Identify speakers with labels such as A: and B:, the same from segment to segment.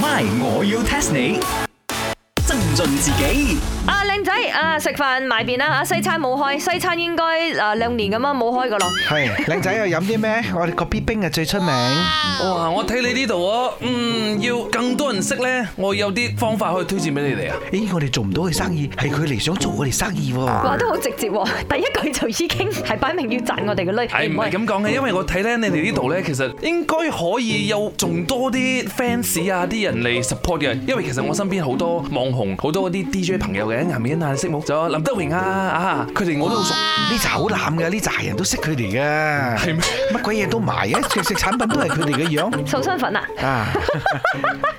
A: My，我要 test 你。增進自己
B: 啊，靚仔啊，食飯埋邊啦啊，西餐冇開，西餐應該啊兩年咁樣冇開噶咯。
C: 係，靚仔又飲啲咩？我哋個 B 冰啊最出名。
D: 哇！我睇你呢度啊，嗯，要更多人識咧，我有啲方法可以推薦俾你哋啊。
C: 咦，我哋做唔到佢生意，係佢嚟想做我哋生意
B: 話
C: 喎。
B: 得好直接喎， 第一句就已經係擺明要賺我哋嘅女，
D: 係唔係咁講嘅？因為我睇咧，你哋呢度咧，其實應該可以有仲多啲 fans 啊，啲人嚟 support 嘅。因為其實我身邊好多網紅，好多嗰啲 DJ 朋友嘅，顏美欣啊、識木咗、林德榮啊啊，佢哋我都好熟。
C: 呢扎好攬嘅，呢扎人都識佢哋嘅。
D: 係咩？
C: 乜鬼嘢都賣嘅，食食產品都係佢哋嘅樣
B: 瘦身粉啊，
C: 啊。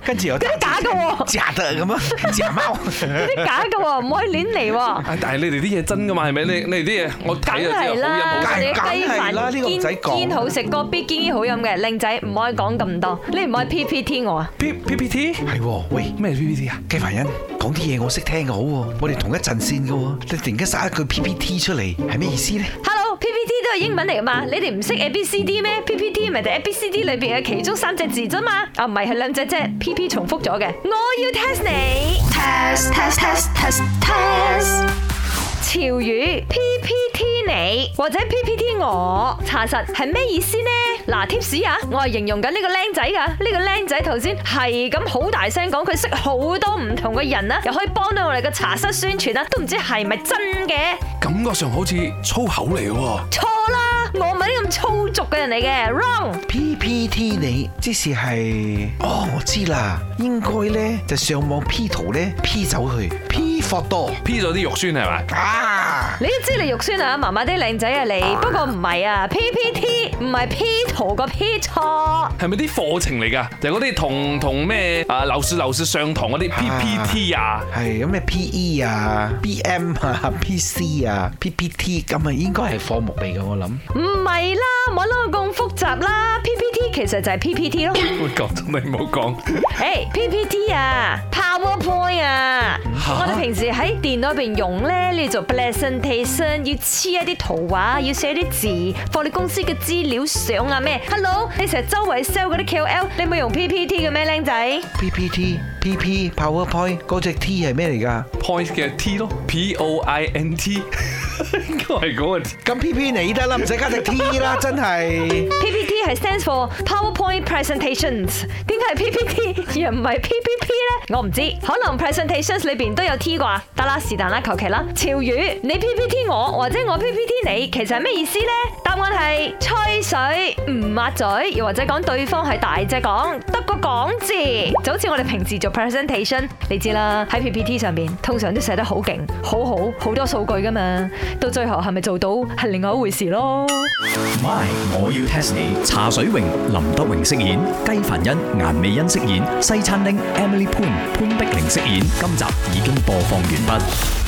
C: 跟住又
B: 真係假嘅喎，
C: 假的咁啊，假貓。
B: 啲假嘅喎，唔可以亂嚟喎。
D: 啊但係你哋啲嘢真噶嘛？係咪？你你哋啲嘢我
B: 梗
D: 睇啊，
B: 係
D: 真係好有
B: 啦，我
D: 好
C: 梗
B: 哋嘅
C: 係
B: 雞
C: 梗係啦呢個唔使
B: 飯
C: 講
B: 堅堅好食，個 B 堅堅好飲嘅，靚仔唔可以講咁多，你唔可以 PPT 我啊。
D: P P P T
C: 係喎，喂，
D: 咩 P P T 啊？
C: 雞凡欣講啲嘢我識聽嘅好喎，我哋同一陣線嘅喎，你突然間撒一句 PPT 出嚟，係咩意思咧？
B: Hello PPT 都係英文嚟噶嘛？你哋唔識 A B C D 咩？PPT 咪就 A B C D 裏邊嘅其中三隻字啫嘛。啊，唔係係兩隻啫，P P 重複咗嘅。我要 test 你
E: test test test test test
B: 潮語 PPT 你或者 PPT 我，查實係咩意思呢？嗱，tips 啊，我係形容緊呢個僆仔噶，呢個僆仔頭先係咁好大聲講，佢識好多唔同嘅人啦，啊又可以幫到我哋嘅茶室宣傳啊啦，都唔知係咪真嘅。
D: 感覺上好似粗口嚟喎。
B: 錯啦，我唔係啲咁粗俗嘅人嚟嘅，wrong。
C: PPT 你即是係哦，我知啦，應該咧就上網 P 圖咧 P 走去 P 貨多
D: P 咗啲肉酸係咪？
C: 啊！
B: 你都知你肉酸啊，麻麻啲靚仔啊你，不過唔係啊，PPT 唔係 P 圖個 P 錯，
D: 係咪啲課程嚟㗎？就係嗰啲同同咩啊樓市樓市上堂嗰啲 PPT 啊？
C: 係咁咩 PE 啊、BM 啊、PC 啊、PPT 咁啊，應該係科目嚟嘅，我諗。
B: 唔係啦，冇諗到咁複雜啦，PPT 其實就係 PPT 咯，
D: 我講真你唔好講。
B: 誒 PPT 啊，PowerPoint 啊，我哋平時喺電腦入邊用咧，你做 presentation 要黐一啲圖畫，要寫啲字，放你公司嘅資料相啊咩，hello，你成日周圍 sell 嗰啲 KOL，你冇用 PPT 嘅咩靚仔？
C: PPT、PP、PowerPoint 嗰隻 T 係咩嚟㗎？
D: point 嘅 T 咯，P O I N T，應該 係嗰個 T。
C: 咁 PP 你得啦，唔使加隻 T 啦，真係。
B: PPT 係 stands for PowerPoint presentations，點解係 PPT 而唔係 PPP 呢？我唔知，可能 presentations 裏邊都有 T 啩。得啦，是但啦，求其啦。潮語，你 PPT 我或者我 PPT 你，其實係咩意思呢？答案係吹水唔抹嘴，又或者講對方係大隻講，得個講字，就好似我哋平時做 presentation，你知啦，喺 PPT 上邊通常都寫得好勁，好好好多數據噶嘛，到最後係咪做到係另外一回事咯。
A: ，My，我要 test 你。茶水榮、林德榮飾演，雞凡欣、顏美欣飾演，西餐廳 Emily Poon 潘碧玲飾演。今集已經播放完畢。